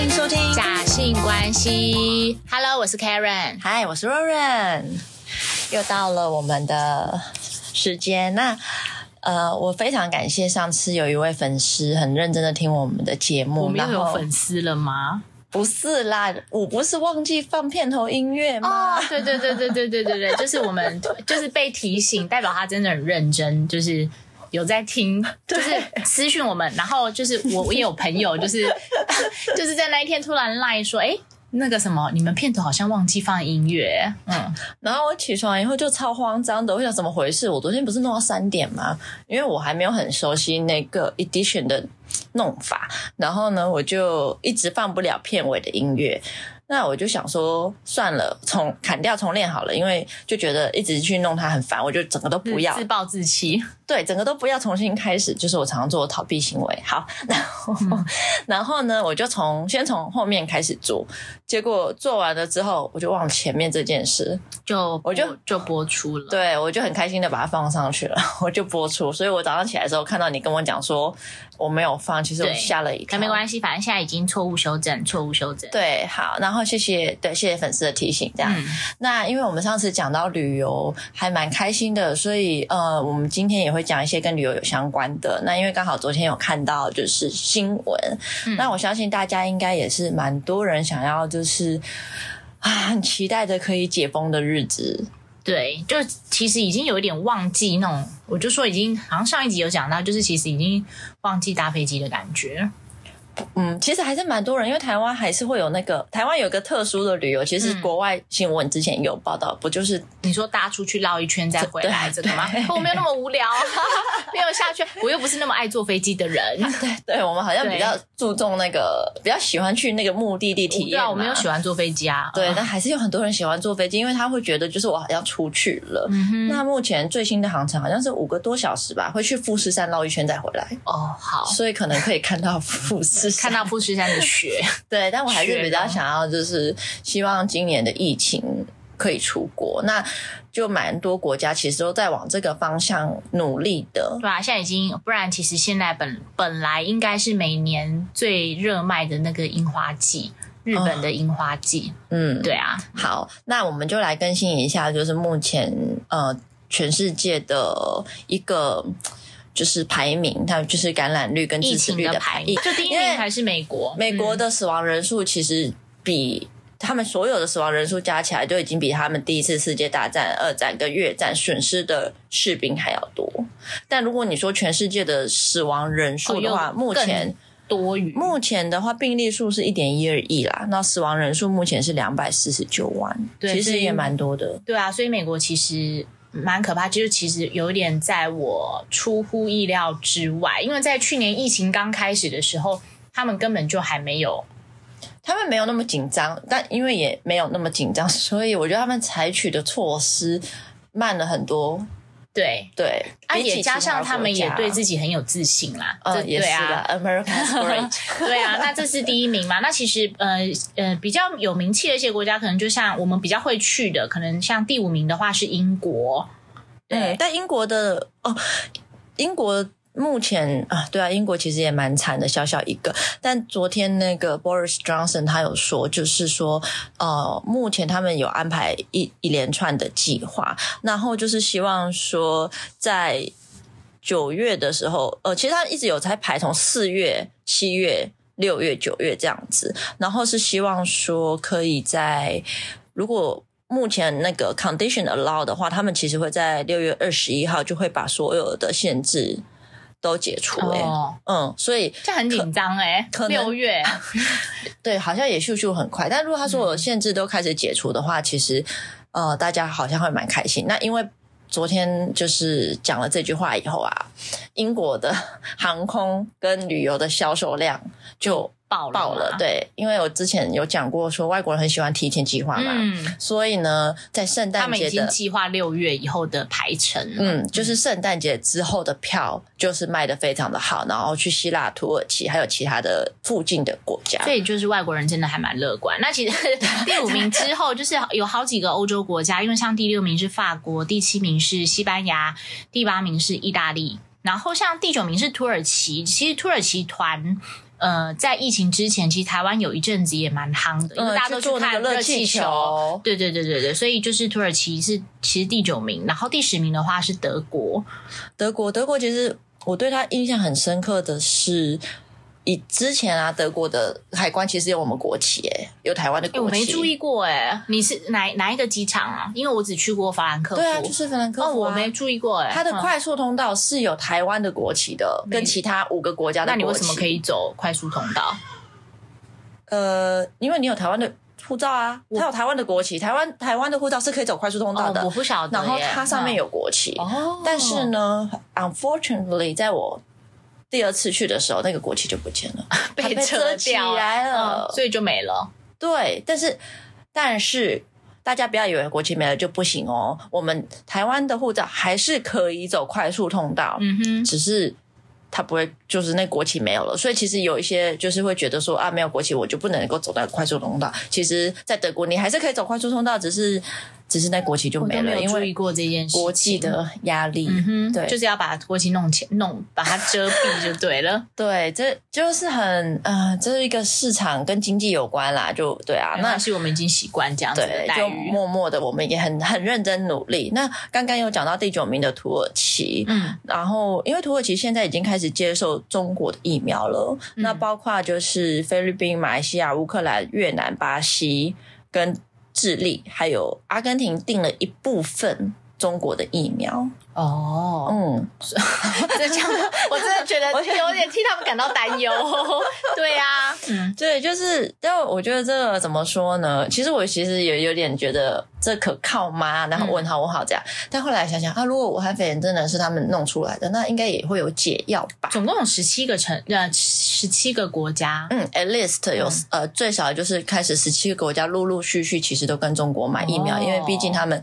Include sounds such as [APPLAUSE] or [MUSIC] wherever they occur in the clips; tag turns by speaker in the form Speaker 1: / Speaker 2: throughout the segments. Speaker 1: 迎收听《
Speaker 2: 假性关系。Hello，我是 Karen。
Speaker 1: 嗨，我是 Roran，又到了我们的时间。那呃，我非常感谢上次有一位粉丝很认真的听我们的节目，
Speaker 2: 我们又
Speaker 1: 然
Speaker 2: 有
Speaker 1: 后
Speaker 2: 粉丝了吗？
Speaker 1: 不是啦，我不是忘记放片头音乐吗？
Speaker 2: 哦，对对对对对对对对， [LAUGHS] 就是我们就是被提醒，代表他真的很认真，就是有在 [LAUGHS] 听，就是私讯我们，然后就是我我也有朋友，就是 [LAUGHS] 就是在那一天突然赖说，哎。那个什么，你们片头好像忘记放音乐，嗯，
Speaker 1: 然后我起床以后就超慌张的，我想怎么回事？我昨天不是弄到三点吗？因为我还没有很熟悉那个 edition 的弄法，然后呢，我就一直放不了片尾的音乐。那我就想说，算了，重砍掉重练好了，因为就觉得一直去弄它很烦，我就整个都不要
Speaker 2: 自，暴自弃，
Speaker 1: 对，整个都不要重新开始，就是我常常做的逃避行为。好，然后、 [LAUGHS] 然后呢，我就从先从后面开始做，结果做完了之后，我就忘了前面这件事，
Speaker 2: 就
Speaker 1: 我就
Speaker 2: 就播出了。
Speaker 1: 对，我就很开心的把它放上去了， [LAUGHS] 我就播出。所以我早上起来的时候看到你跟我讲说我没有放，其实我
Speaker 2: 对
Speaker 1: 吓了一跳。
Speaker 2: 但没关系，反正现在已经错误修正，错误修正。
Speaker 1: 对，好，然后谢谢，对，谢谢粉丝的提醒，这样。
Speaker 2: 嗯
Speaker 1: 那因为我们上次讲到旅游还蛮开心的，所以呃，我们今天也会讲一些跟旅游有相关的。那因为刚好昨天有看到就是新闻，
Speaker 2: 嗯
Speaker 1: 那我相信大家应该也是蛮多人想要就是啊，很期待着可以解封的日子。
Speaker 2: 对，就其实已经有一点忘记那种，我就说已经好像上一集有讲到，就是其实已经忘记搭飞机的感觉。
Speaker 1: 嗯，其实还是蛮多人，因为台湾还是会有那个台湾有个特殊的旅游，其实
Speaker 2: 嗯
Speaker 1: 国外新闻之前有报道，不就是 [LAUGHS]
Speaker 2: 你说搭出去绕一圈再回来
Speaker 1: 对
Speaker 2: 这个吗？哦
Speaker 1: 对
Speaker 2: 可我没有那么无聊，啊 [LAUGHS] 没有下去，我又不是那么爱坐飞机的人。
Speaker 1: 对我们好像
Speaker 2: 对
Speaker 1: 比较注重那个，比较喜欢去那个目的地体
Speaker 2: 对
Speaker 1: 验
Speaker 2: 啊，
Speaker 1: 嘛。
Speaker 2: 我没有喜欢坐飞机啊。
Speaker 1: 对，
Speaker 2: 嗯
Speaker 1: 但还是有很多人喜欢坐飞机，因为他会觉得就是我好像出去了。
Speaker 2: 嗯
Speaker 1: 那目前最新的航程好像是五个多小时吧，会去富士山绕一圈再回来，
Speaker 2: 哦，好，
Speaker 1: 所以可能可以看到富士山。
Speaker 2: 看到富士山的雪，
Speaker 1: 对，但我还是比较
Speaker 2: 雪
Speaker 1: 想要，就是希望今年的疫情可以出国。那就蛮多国家其实都在往这个方向努力的。
Speaker 2: 对啊，现在已经，不然其实现在本本来应该是每年最热卖的那个樱花季，日本的樱花季。
Speaker 1: 嗯，
Speaker 2: 对啊，
Speaker 1: 好，那我们就来更新一下，就是目前呃全世界的一个就是排名，它就是感染率跟
Speaker 2: 疫
Speaker 1: 致死
Speaker 2: 情
Speaker 1: 率
Speaker 2: 的
Speaker 1: 排
Speaker 2: 排名，就第一
Speaker 1: 因为
Speaker 2: 名还是美国，嗯
Speaker 1: 美国的死亡人数其实比他们所有的死亡人数加起来，就已经比他们第一次世界大战、二战跟越战损失的士兵还要多。但如果你说全世界的死亡人数的话，
Speaker 2: 哦又
Speaker 1: 目前
Speaker 2: 多余。
Speaker 1: 目前的话，病例数是一点一二亿啦，那死亡人数目前是两百四十九万，
Speaker 2: 对
Speaker 1: 其
Speaker 2: 所
Speaker 1: 实
Speaker 2: 以
Speaker 1: 也蛮多的。
Speaker 2: 对啊，所以美国其实蛮可怕，就是其实有一点在我出乎意料之外，因为在去年疫情刚开始的时候，他们根本就还没有
Speaker 1: 他们没有那么紧张，但因为也没有那么紧张，所以我觉得他们采取的措施慢了很多。
Speaker 2: 对。
Speaker 1: 对，
Speaker 2: 啊，
Speaker 1: 比起
Speaker 2: 也加
Speaker 1: 其他
Speaker 2: 上他们也
Speaker 1: 国家
Speaker 2: 对自己很有自信啦，这
Speaker 1: 嗯，也是
Speaker 2: 对啊，
Speaker 1: 的，America's [LAUGHS] Great。
Speaker 2: 对啊，那这是第一名嘛？那其实呃呃比较有名气的一些国家，可能就像我们比较会去的，可能像第五名的话是英国，
Speaker 1: [LAUGHS] 嗯
Speaker 2: 对，
Speaker 1: 但英国的哦，英国目前啊，对啊，英国其实也蛮惨的，小小一个。但昨天那个 Boris Johnson 他有说，就是说，呃，目前他们有安排一一连串的计划，然后就是希望说在。九月的时候，呃，其实他一直有在排，从四月、七月、六月、九月这样子，然后是希望说可以在如果目前那个 condition allow 的话，他们其实会在六月二十一号就会把所有的限制都解除、欸。
Speaker 2: 哦，
Speaker 1: 嗯，所以
Speaker 2: 这很紧张哎、
Speaker 1: 可可能
Speaker 2: 六
Speaker 1: [LAUGHS]
Speaker 2: 月，
Speaker 1: 对，好像也咻咻很快。但如果他
Speaker 2: 嗯
Speaker 1: 所有限制都开始解除的话，其实呃，大家好像会蛮开心。那因为昨天就是讲了这句话以后啊，英国的航空跟旅游的销售量就
Speaker 2: 爆了嘛
Speaker 1: 爆了。，对，因为我之前有讲过说外国人很喜欢提前计划嘛，
Speaker 2: 嗯，
Speaker 1: 所以呢，在圣
Speaker 2: 他
Speaker 1: 诞
Speaker 2: 们
Speaker 1: 节
Speaker 2: 已
Speaker 1: 的
Speaker 2: 经计划六月以后的排程了，
Speaker 1: 嗯，就是圣诞节之后的票就是卖的非常的好，然后去希腊、土耳其还有其他的附近的国家。
Speaker 2: 嗯所以就是外国人真的还蛮乐观。那其实
Speaker 1: [LAUGHS]
Speaker 2: 第五名之后，就是有好几个欧洲国家，因为像第六名是法国，第七名是西班牙，第八名是意大利，然后像第九名是土耳其。其实土耳其团呃，在疫情之前，其实台湾有一阵子也蛮夯的，因为
Speaker 1: 嗯
Speaker 2: 大家都
Speaker 1: 去做那
Speaker 2: 看
Speaker 1: 个热
Speaker 2: 热
Speaker 1: 气
Speaker 2: 气
Speaker 1: 球
Speaker 2: 对对对对对，所以就是土耳其是其实第九名，然后第十名的话是德国。
Speaker 1: 德国，德国其实我对他印象很深刻的是，以之前啊，德国的海关其实有我们国旗、诶，有台湾的
Speaker 2: 哎，我
Speaker 1: 国旗。
Speaker 2: 没注。意过哎、你是哪哪一个机场啊？因为我只去过法兰克福。
Speaker 1: 对啊，就是法兰克福、啊。
Speaker 2: 哦，我没注意过哎、
Speaker 1: 它的
Speaker 2: 嗯、
Speaker 1: 快速通道是有台湾的国旗的，
Speaker 2: 没
Speaker 1: 跟其他五个国家的
Speaker 2: 那
Speaker 1: 国旗。
Speaker 2: 你为什么可
Speaker 1: 以？
Speaker 2: 以走快速通道？
Speaker 1: 呃，因为你有台湾的护照啊，它有台湾的国旗，台湾台湾的护照是可以走快速通道
Speaker 2: 哦
Speaker 1: 的，，
Speaker 2: 我不晓得
Speaker 1: 然
Speaker 2: 耶。
Speaker 1: 后它上面
Speaker 2: 有
Speaker 1: 有国旗。
Speaker 2: 哦，
Speaker 1: 但是呢，unfortunately，在我第二次去的时候，那个国旗就不见了，
Speaker 2: [LAUGHS]
Speaker 1: 它
Speaker 2: 被
Speaker 1: 遮
Speaker 2: 扯
Speaker 1: 起
Speaker 2: 掉
Speaker 1: 来了。
Speaker 2: 嗯所以就没了。
Speaker 1: 对，但是但是大家不要以为国旗没了就不行哦，我们台湾的护照还是可以走快速通道，
Speaker 2: 嗯哼，
Speaker 1: 只是。它不会，就是那国旗没有了，所以其实有一些就是会觉得说啊，没有国旗我就不能够走到快速通道。其实，在德国你还是可以走快速通道，只是只是那国旗就
Speaker 2: 我
Speaker 1: 没
Speaker 2: 都
Speaker 1: 了，
Speaker 2: 没有
Speaker 1: 因
Speaker 2: 注
Speaker 1: 为
Speaker 2: 意过这件事情。
Speaker 1: 国际的压力。
Speaker 2: 嗯哼，
Speaker 1: 对
Speaker 2: 就是要把国旗弄起弄，把它遮蔽就对了。
Speaker 1: 对，这就是很呃，这是一个市场跟经济有关啦，就对 [LAUGHS] 啊。
Speaker 2: 没
Speaker 1: 那
Speaker 2: 关系，我们已经习惯这样子的
Speaker 1: 对，
Speaker 2: 待
Speaker 1: 就
Speaker 2: 遇。
Speaker 1: 默默的，我们也很很认真努力。那刚刚有讲到第九名的土耳其，
Speaker 2: 嗯，
Speaker 1: [LAUGHS] 然后因为土耳其现在已经开始接受中国的疫苗了，那
Speaker 2: 嗯
Speaker 1: 包括就是菲律宾、马来西亚、乌克兰、越南、巴西跟智利，还有阿根廷订了一部分中国的疫苗。
Speaker 2: 哦，
Speaker 1: 嗯，
Speaker 2: 这 [LAUGHS] 这样，我真的觉得有点替他们感到担 [LAUGHS] 忧。对啊，嗯，
Speaker 1: 对，就是，但我觉得这个怎么说呢？其实我其实也有点觉得这可靠吗？
Speaker 2: 嗯
Speaker 1: 然后问号问号这样，但后来想想啊，如果武汉肺炎真的是他们弄出来的，那应该也会有解药吧？
Speaker 2: 总共有十七个城，呃，十七个国家。
Speaker 1: 嗯，at least 有、呃，最少就是开始十七个国家陆陆续续其实都跟中国买疫苗，
Speaker 2: 哦
Speaker 1: 因为毕竟他们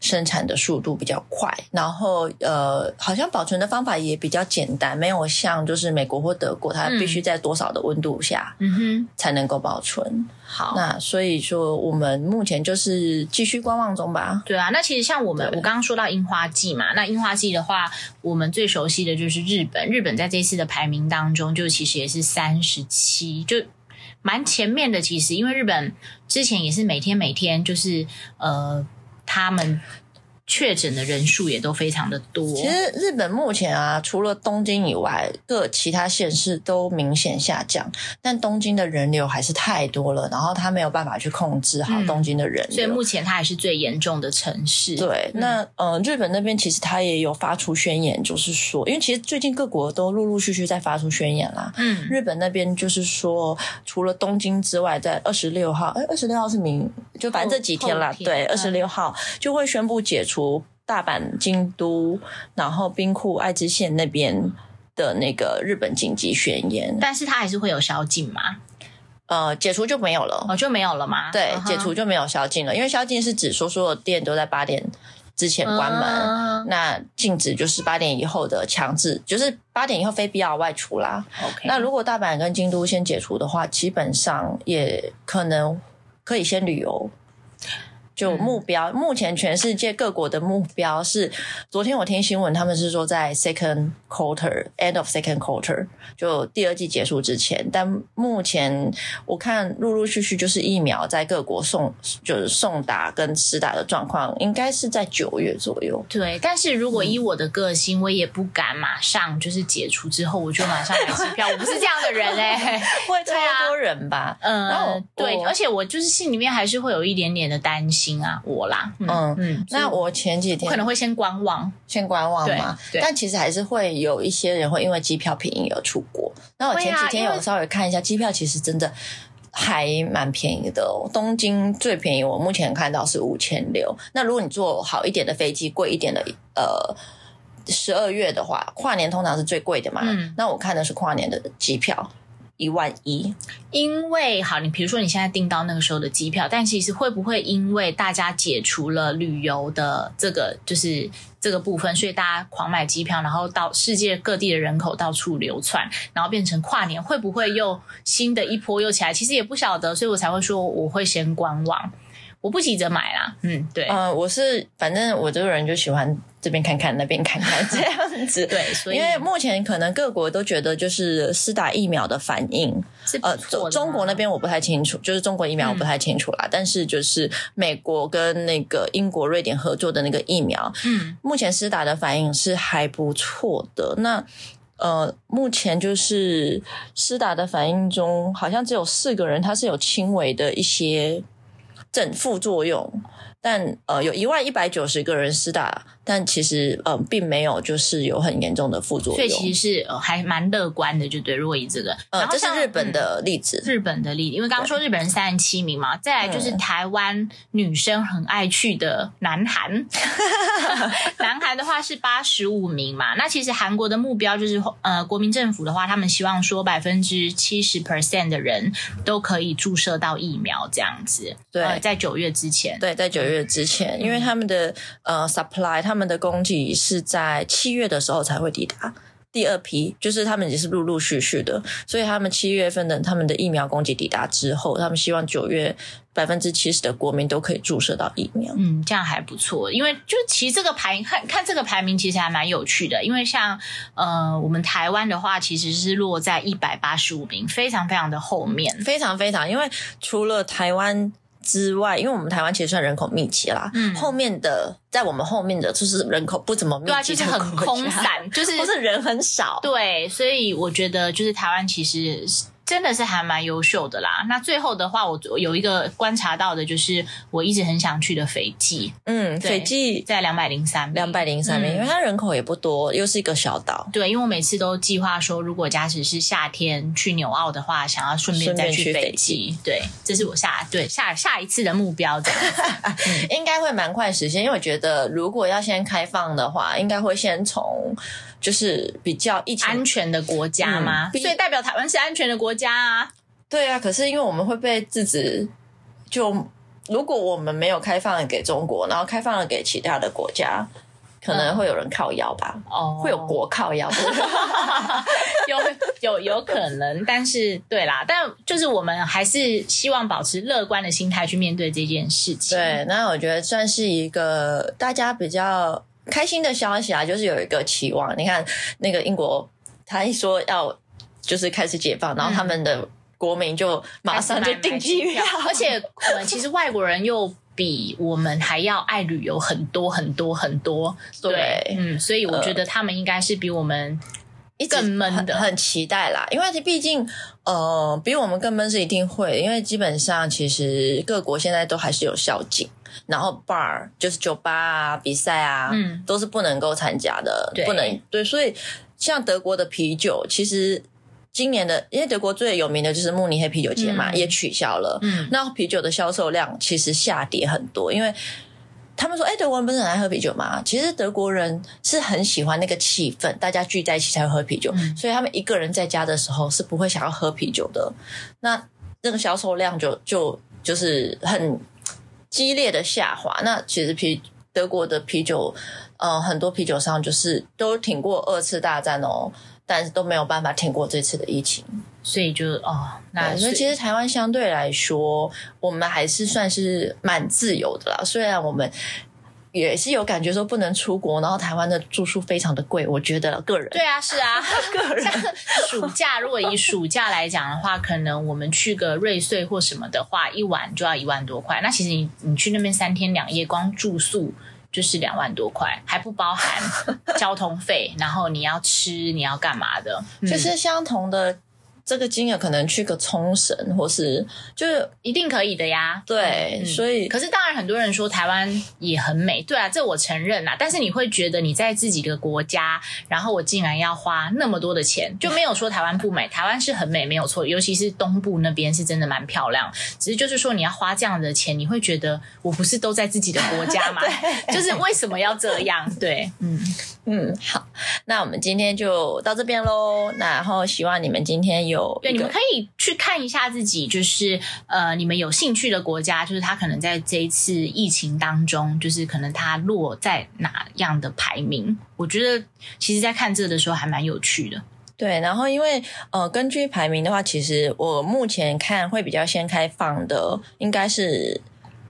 Speaker 1: 生产的速度比较快，然后呃，好像保存的方法也比较简单，没有像就是美国或德国，它
Speaker 2: 嗯
Speaker 1: 必须在多少的温度下
Speaker 2: 嗯哼，
Speaker 1: 才能够保存。
Speaker 2: 好。
Speaker 1: 那所以说，我们目前就是继续观望中吧。
Speaker 2: 对啊，那其实像我们，
Speaker 1: 对
Speaker 2: 我刚刚说到樱花季嘛，那樱花季的话，我们最熟悉的就是日本。日本在这次的排名当中，就其实也是三十七，就蛮前面的。其实，因为日本之前也是每天每天，就是呃，他们确诊的人数也都非常的多。
Speaker 1: 其实日本目前啊，除了东京以外，各其他县市都明显下降，但东京的人流还是太多了，然后他没有办法去控制好
Speaker 2: 嗯
Speaker 1: 东京的人
Speaker 2: 所以
Speaker 1: 流。
Speaker 2: 目嗯前它还是最严重的城市。
Speaker 1: 对，那呃，日本那边其实他也有发出宣言，就是说，因为其实最近各国都陆陆续续在发出宣言啦。
Speaker 2: 嗯，
Speaker 1: 日本那边就是说，除了东京之外，在二十六号，哎，二十六号是明，就反正这几天啦，
Speaker 2: 后
Speaker 1: 对，
Speaker 2: 天嗯
Speaker 1: 二十六号就会宣布解除大阪、京都，然后兵库、爱知县那边的那个日本紧急宣言，
Speaker 2: 但是它还是会有宵禁嘛？
Speaker 1: 呃，解除就没有了，
Speaker 2: 哦，就没有了吗？
Speaker 1: 对，
Speaker 2: 嗯哼
Speaker 1: 解除就没有宵禁了，因为宵禁是指说所有店都在八点之前关门。
Speaker 2: 嗯
Speaker 1: 那禁止就是八点以后的强制，就是八点以后非必要外出啦。
Speaker 2: OK，
Speaker 1: 那如果大阪跟京都先解除的话，基本上也可能可以先旅游。就目
Speaker 2: 嗯
Speaker 1: 标，目前全世界各国的目标是，昨天我听新闻，他们是说在 second quarter end of second quarter 就第二季结束之前，但目前我看陆陆续续就是疫苗在各国送就是送达跟施打的状况，应该是在九月左右。
Speaker 2: 对，但是如果依我的个性，我也不敢马上就是解除之后我就马上买机票，我不是这样的人哎、
Speaker 1: 会超
Speaker 2: 对啊
Speaker 1: 多人吧？
Speaker 2: 嗯、
Speaker 1: 然后我
Speaker 2: 对，而且我就是心里面还是会有一点点的担心啊，我啦，嗯
Speaker 1: 嗯
Speaker 2: 嗯，
Speaker 1: 那我前几
Speaker 2: 我
Speaker 1: 天
Speaker 2: 可能会先观望，
Speaker 1: 先观望嘛，
Speaker 2: 对对
Speaker 1: 但其实还是会有一些人会因为机票便宜而出国。那我前
Speaker 2: 会
Speaker 1: 几天
Speaker 2: 啊因为
Speaker 1: 有稍微看一下，机票其实真的还蛮便宜的哦。东京最便宜，我目前看到是五千六。那如果你坐好一点的飞机，贵一点的呃。十二月的话，跨年通常是最贵的嘛。
Speaker 2: 嗯
Speaker 1: 那我看的是跨年的机票，一万一。
Speaker 2: 因为好，你比如说你现在订到那个时候的机票，但其实会不会因为大家解除了旅游的这个就是这个部分，所以大家狂买机票，然后到世界各地的人口到处流窜，然后变成跨年，会不会又新的一波又起来？其实也不晓得，所以我才会说我会先观望。我不急着买啦，嗯，对、
Speaker 1: 呃，我是反正我这个人就喜欢这边看看那边看看这样
Speaker 2: [LAUGHS]
Speaker 1: 子。
Speaker 2: 对，所以
Speaker 1: 因为目前可能各国都觉得就是施打疫苗的反应，
Speaker 2: 是不
Speaker 1: 呃，
Speaker 2: 错
Speaker 1: 中
Speaker 2: 的嗯
Speaker 1: 中国
Speaker 2: 嘛
Speaker 1: 那边我不太清楚，就是中国疫苗我不太清楚啦。但是就是美国跟那个英国、瑞典合作的那个疫苗，
Speaker 2: 嗯
Speaker 1: 目前施打的反应是还不错的。那呃，目前就是施打的反应中，好像只有四个人他是有轻微的一些症副作用，但呃，有一万一百九十个人施打，但其实呃，并没有就是有很严重的副作
Speaker 2: 所以
Speaker 1: 用。
Speaker 2: 其实是、呃、还蛮乐观的，就对。如果以这个，
Speaker 1: 呃
Speaker 2: 然，后
Speaker 1: 这是
Speaker 2: 像
Speaker 1: 日本、
Speaker 2: 嗯
Speaker 1: 的例子。
Speaker 2: 日本的例子，因为刚刚说日本人三十七名嘛，再来就是
Speaker 1: 嗯
Speaker 2: 台湾女生很爱去的南
Speaker 1: [LAUGHS]
Speaker 2: 韩，南韩的话是八十五名嘛。那其实韩国的目标就是，呃，国民政府的话，他们希望说百分之七十 percent 的人都可以注射到疫苗这样子，
Speaker 1: 对
Speaker 2: 呃、在九月之前。
Speaker 1: 对，在九月之前，因为
Speaker 2: 嗯
Speaker 1: 他们的呃 supply，他们的供给是在七月的时候才会抵达第二批，就是他们也是陆陆续续的，所以他们七月份的他们的疫苗供给抵达之后，他们希望九月百分之七十的国民都可以注射到疫苗。
Speaker 2: 嗯，这样还不错，因为就其实这个排看看这个排名其实还蛮有趣的，因为像呃我们台湾的话，其实是落在一百八十五名，非常非常的后面。
Speaker 1: 非常非常，因为除了台湾之外，因为我们台湾其实算人口密集啦，
Speaker 2: 嗯
Speaker 1: 后面的在我们后面的就是人口不怎么密集，
Speaker 2: 对啊，就是很空，
Speaker 1: [LAUGHS]
Speaker 2: 散，就是
Speaker 1: 或是人很少。
Speaker 2: 对，所以我觉得就是台湾其实是真的是还蛮优秀的啦。那最后的话，我我有一个观察到的就是我一直很想去的斐济，
Speaker 1: 嗯，
Speaker 2: 对
Speaker 1: 斐济
Speaker 2: 在两百零三
Speaker 1: 两百零
Speaker 2: 嗯
Speaker 1: 三名，因为它人口也不多，又是一个小岛，
Speaker 2: 对，因为我每次都计划说，如果假使是夏天去纽澳的话，想要顺便
Speaker 1: 顺便
Speaker 2: 再去
Speaker 1: 去
Speaker 2: 斐
Speaker 1: 斐
Speaker 2: 济。对，这是我下对下下一次的目标。
Speaker 1: [LAUGHS]
Speaker 2: 这样
Speaker 1: 应该会蛮快实现。因为我觉得，如果要先开放的话，应该会先从就是比较疫情
Speaker 2: 安全的国家吗？
Speaker 1: 嗯
Speaker 2: 所以代表台湾是安全的国家啊。
Speaker 1: 对啊，可是因为我们会被制止，就如果我们没有开放给中国，然后开放了给其他的国家，可能会有人靠腰吧，
Speaker 2: 哦
Speaker 1: 会有国靠腰。
Speaker 2: 有 [LAUGHS] 有有可能，但是对啦，但就是我们还是希望保持乐观的心态去面对这件事情。
Speaker 1: 对，那我觉得算是一个大家比较开心的消息啊，就是有一个期望。你看那个英国，他一说要就是开始解放，然后他们的国民就马上就订机 [LAUGHS] 票，
Speaker 2: 而且我们其实外国人又比我们还要爱旅游很多很多很多。
Speaker 1: 对呃
Speaker 2: 嗯，所以我觉得他们应该是比我们
Speaker 1: 一直
Speaker 2: 更闷的
Speaker 1: 很很期待啦。因为毕竟呃，比我们更闷是一定会，因为基本上其实各国现在都还是有宵禁。然后 bar 就是酒吧啊、比赛啊，
Speaker 2: 嗯
Speaker 1: 都是不能够参加的
Speaker 2: 对，
Speaker 1: 不能对，所以像德国的啤酒，其实今年的，因为德国最有名的就是慕尼黑啤酒节嘛，
Speaker 2: 嗯
Speaker 1: 也取消了，
Speaker 2: 嗯
Speaker 1: 那啤酒的销售量其实下跌很多，因为。他们说：“哎、德国人不是很爱喝啤酒吗？其实德国人是很喜欢那个气氛，大家聚在一起才会喝啤酒。
Speaker 2: 嗯
Speaker 1: 所以他们一个人在家的时候是不会想要喝啤酒的。那那个销售量就就就是很激烈的下滑。那其实啤德国的啤酒，呃，很多啤酒商就是都挺过二次大战哦，但是都没有办法挺过这次的疫情。
Speaker 2: 所以就哦，那
Speaker 1: 对，所以其实台湾相对来说，我们还是算是蛮自由的啦。虽然我们也是有感觉说不能出国，然后台湾的住宿非常的贵，我觉得个人
Speaker 2: 对啊，是啊，
Speaker 1: [LAUGHS] 个人
Speaker 2: 像暑假，如果以暑假来讲的话，可能我们去个瑞穗或什么的话，一晚就要一万多块。那其实你你去那边三天两夜，光住宿就是两万多块，还不包含交通费，然后你要吃，你要干嘛的，嗯
Speaker 1: 就是相同的这个金额，可能去个冲绳或是就是
Speaker 2: 一定可以的呀。
Speaker 1: 对，
Speaker 2: 嗯
Speaker 1: 所以
Speaker 2: 可是当然，很多人说台湾也很美，对啊，这我承认啦。但是你会觉得你在自己的国家，然后我竟然要花那么多的钱，就没有说台湾不美，台湾是很美，没有错。尤其是东部那边是真的蛮漂亮，只是就是说你要花这样的钱，你会觉得我不是都在自己的国家吗？就是为什么要这样？对，嗯，
Speaker 1: 嗯，好，那我们今天就到这边喽。那然后希望你们今天有
Speaker 2: 对，
Speaker 1: 一
Speaker 2: 你们
Speaker 1: 个
Speaker 2: 可以去看一下自己，就是呃，你们有兴趣的国家，就是它可能在这一次疫情当中，就是可能它落在哪样的排名。我觉得其实，在看这的时候还蛮有趣的。
Speaker 1: 对，然后因为呃，根据排名的话，其实我目前看会比较先开放的应该是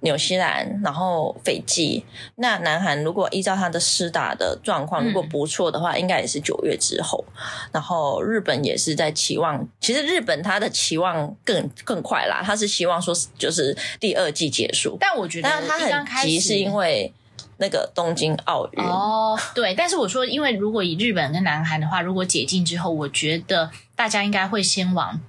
Speaker 1: 纽西兰，然后斐济。那南韩如果依照它的施打的状况，如果
Speaker 2: 嗯
Speaker 1: 不错的话，应该也是九月之后。然后日本也是在期望，其实日本它的期望更更快啦，它是希望说就是第二季结束，
Speaker 2: 但我觉得
Speaker 1: 但是它
Speaker 2: 一刚
Speaker 1: 很
Speaker 2: 开
Speaker 1: 急
Speaker 2: 始
Speaker 1: 是因为那个东京奥运。
Speaker 2: 哦，对，但是我说，因为如果以日本跟南韩的话，如果解禁之后，我觉得大家应该会先往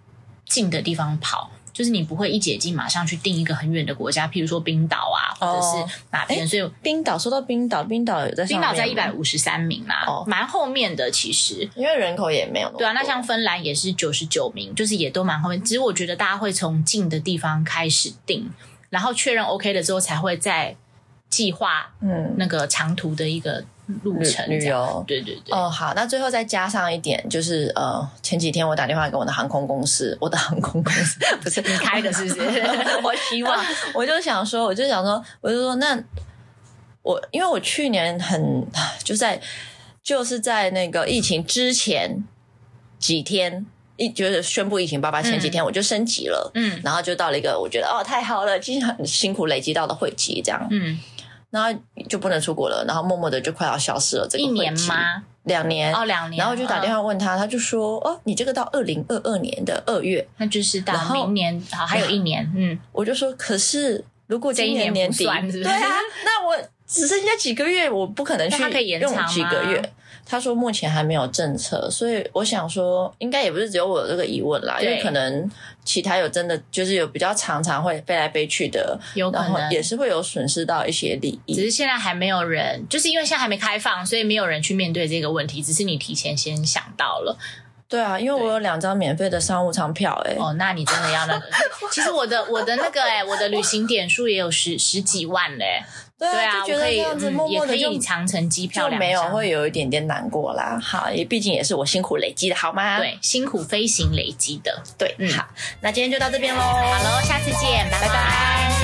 Speaker 2: 近的地方跑，就是你不会一解禁马上去定一个很远的国家，譬如说冰岛啊，或者
Speaker 1: 哦
Speaker 2: 是哪边，
Speaker 1: 诶
Speaker 2: 所以
Speaker 1: 冰岛说到冰岛，冰岛有在上
Speaker 2: 冰
Speaker 1: 面吗
Speaker 2: 岛在一百，五十三名啦、
Speaker 1: 哦
Speaker 2: 蛮后面的其实。
Speaker 1: 因为人口也没有么
Speaker 2: 对啊，那
Speaker 1: 多
Speaker 2: 像芬兰也是九十九名，就是也都蛮后面。只是我觉得大家会从近的地方开始定，然后确认 OK 了之后，才会再计划
Speaker 1: 嗯
Speaker 2: 那个长途的一个路
Speaker 1: 旅
Speaker 2: 程
Speaker 1: 旅
Speaker 2: 这样。
Speaker 1: 游
Speaker 2: 对对对，
Speaker 1: 哦，好，那最后再加上一点，就是呃，前几天我打电话给我的航空公司，我的航空公司 [LAUGHS] 不是
Speaker 2: 你开的是不是
Speaker 1: [LAUGHS] 我希望，我就想说，我就想说，我就说那我因为我去年很就在就是在那个疫情之前几天。一就是宣布疫情爆发前几天，我就升级了，
Speaker 2: 嗯
Speaker 1: 然后就到了一个我觉得哦太好了，今天很辛苦累积到的会籍这样，
Speaker 2: 嗯，
Speaker 1: 然后就不能出国了，然后默默的就快要消失了。这个
Speaker 2: 一年
Speaker 1: 会籍？
Speaker 2: 吗？
Speaker 1: 两年
Speaker 2: 哦，两年。嗯
Speaker 1: 然后我就打电
Speaker 2: 话，
Speaker 1: 话问他，他就说：“哦，你这个到二零二二年的二月。
Speaker 2: 那就是
Speaker 1: 然
Speaker 2: 到
Speaker 1: 后
Speaker 2: 明年，好，还有一年，嗯，”
Speaker 1: 我就说：“可是如果
Speaker 2: 这
Speaker 1: 今
Speaker 2: 一
Speaker 1: 年
Speaker 2: 年
Speaker 1: 年
Speaker 2: 不
Speaker 1: 底，
Speaker 2: 算是不是
Speaker 1: 对啊，那我只剩下几个月，我不可能
Speaker 2: 那
Speaker 1: 去
Speaker 2: 他可以延
Speaker 1: 用
Speaker 2: 长
Speaker 1: 几个
Speaker 2: 吗
Speaker 1: 月。”他说目前还没有政策，所以我想说，应该也不是只有我有这个疑问啦，因
Speaker 2: 对
Speaker 1: 为可能其他有真的就是有比较常常会飞来飞去的，
Speaker 2: 有可
Speaker 1: 然后
Speaker 2: 能。
Speaker 1: 也是会有损失到一些利益
Speaker 2: 只。是现在还没有人，就是因为现在还没开放，所以没有人去面对这个问题。只是你提前先想到了
Speaker 1: 对啊，因为我
Speaker 2: 对
Speaker 1: 有两张免费的商务舱票、欸，哎、
Speaker 2: 哦，那你真的要
Speaker 1: [LAUGHS]
Speaker 2: 那个。其实我的我的那个哎、我的旅行点数也有十十几万嘞、
Speaker 1: 对
Speaker 2: 对
Speaker 1: 啊，
Speaker 2: 啊，
Speaker 1: 就
Speaker 2: 我
Speaker 1: 觉得
Speaker 2: 可
Speaker 1: 这
Speaker 2: 以、
Speaker 1: 样子
Speaker 2: 嗯
Speaker 1: 默
Speaker 2: 也
Speaker 1: 默
Speaker 2: 可
Speaker 1: 的就
Speaker 2: 以长城机票
Speaker 1: 就
Speaker 2: 两
Speaker 1: 没有
Speaker 2: 张
Speaker 1: 会有一点点难过啦。好，也毕竟也是我辛苦累积的，好吗？
Speaker 2: 对辛苦飞行累积的。
Speaker 1: 对，
Speaker 2: 嗯
Speaker 1: 好，那今天就到这边喽。
Speaker 2: 好喽，下次见，拜
Speaker 1: 拜
Speaker 2: 拜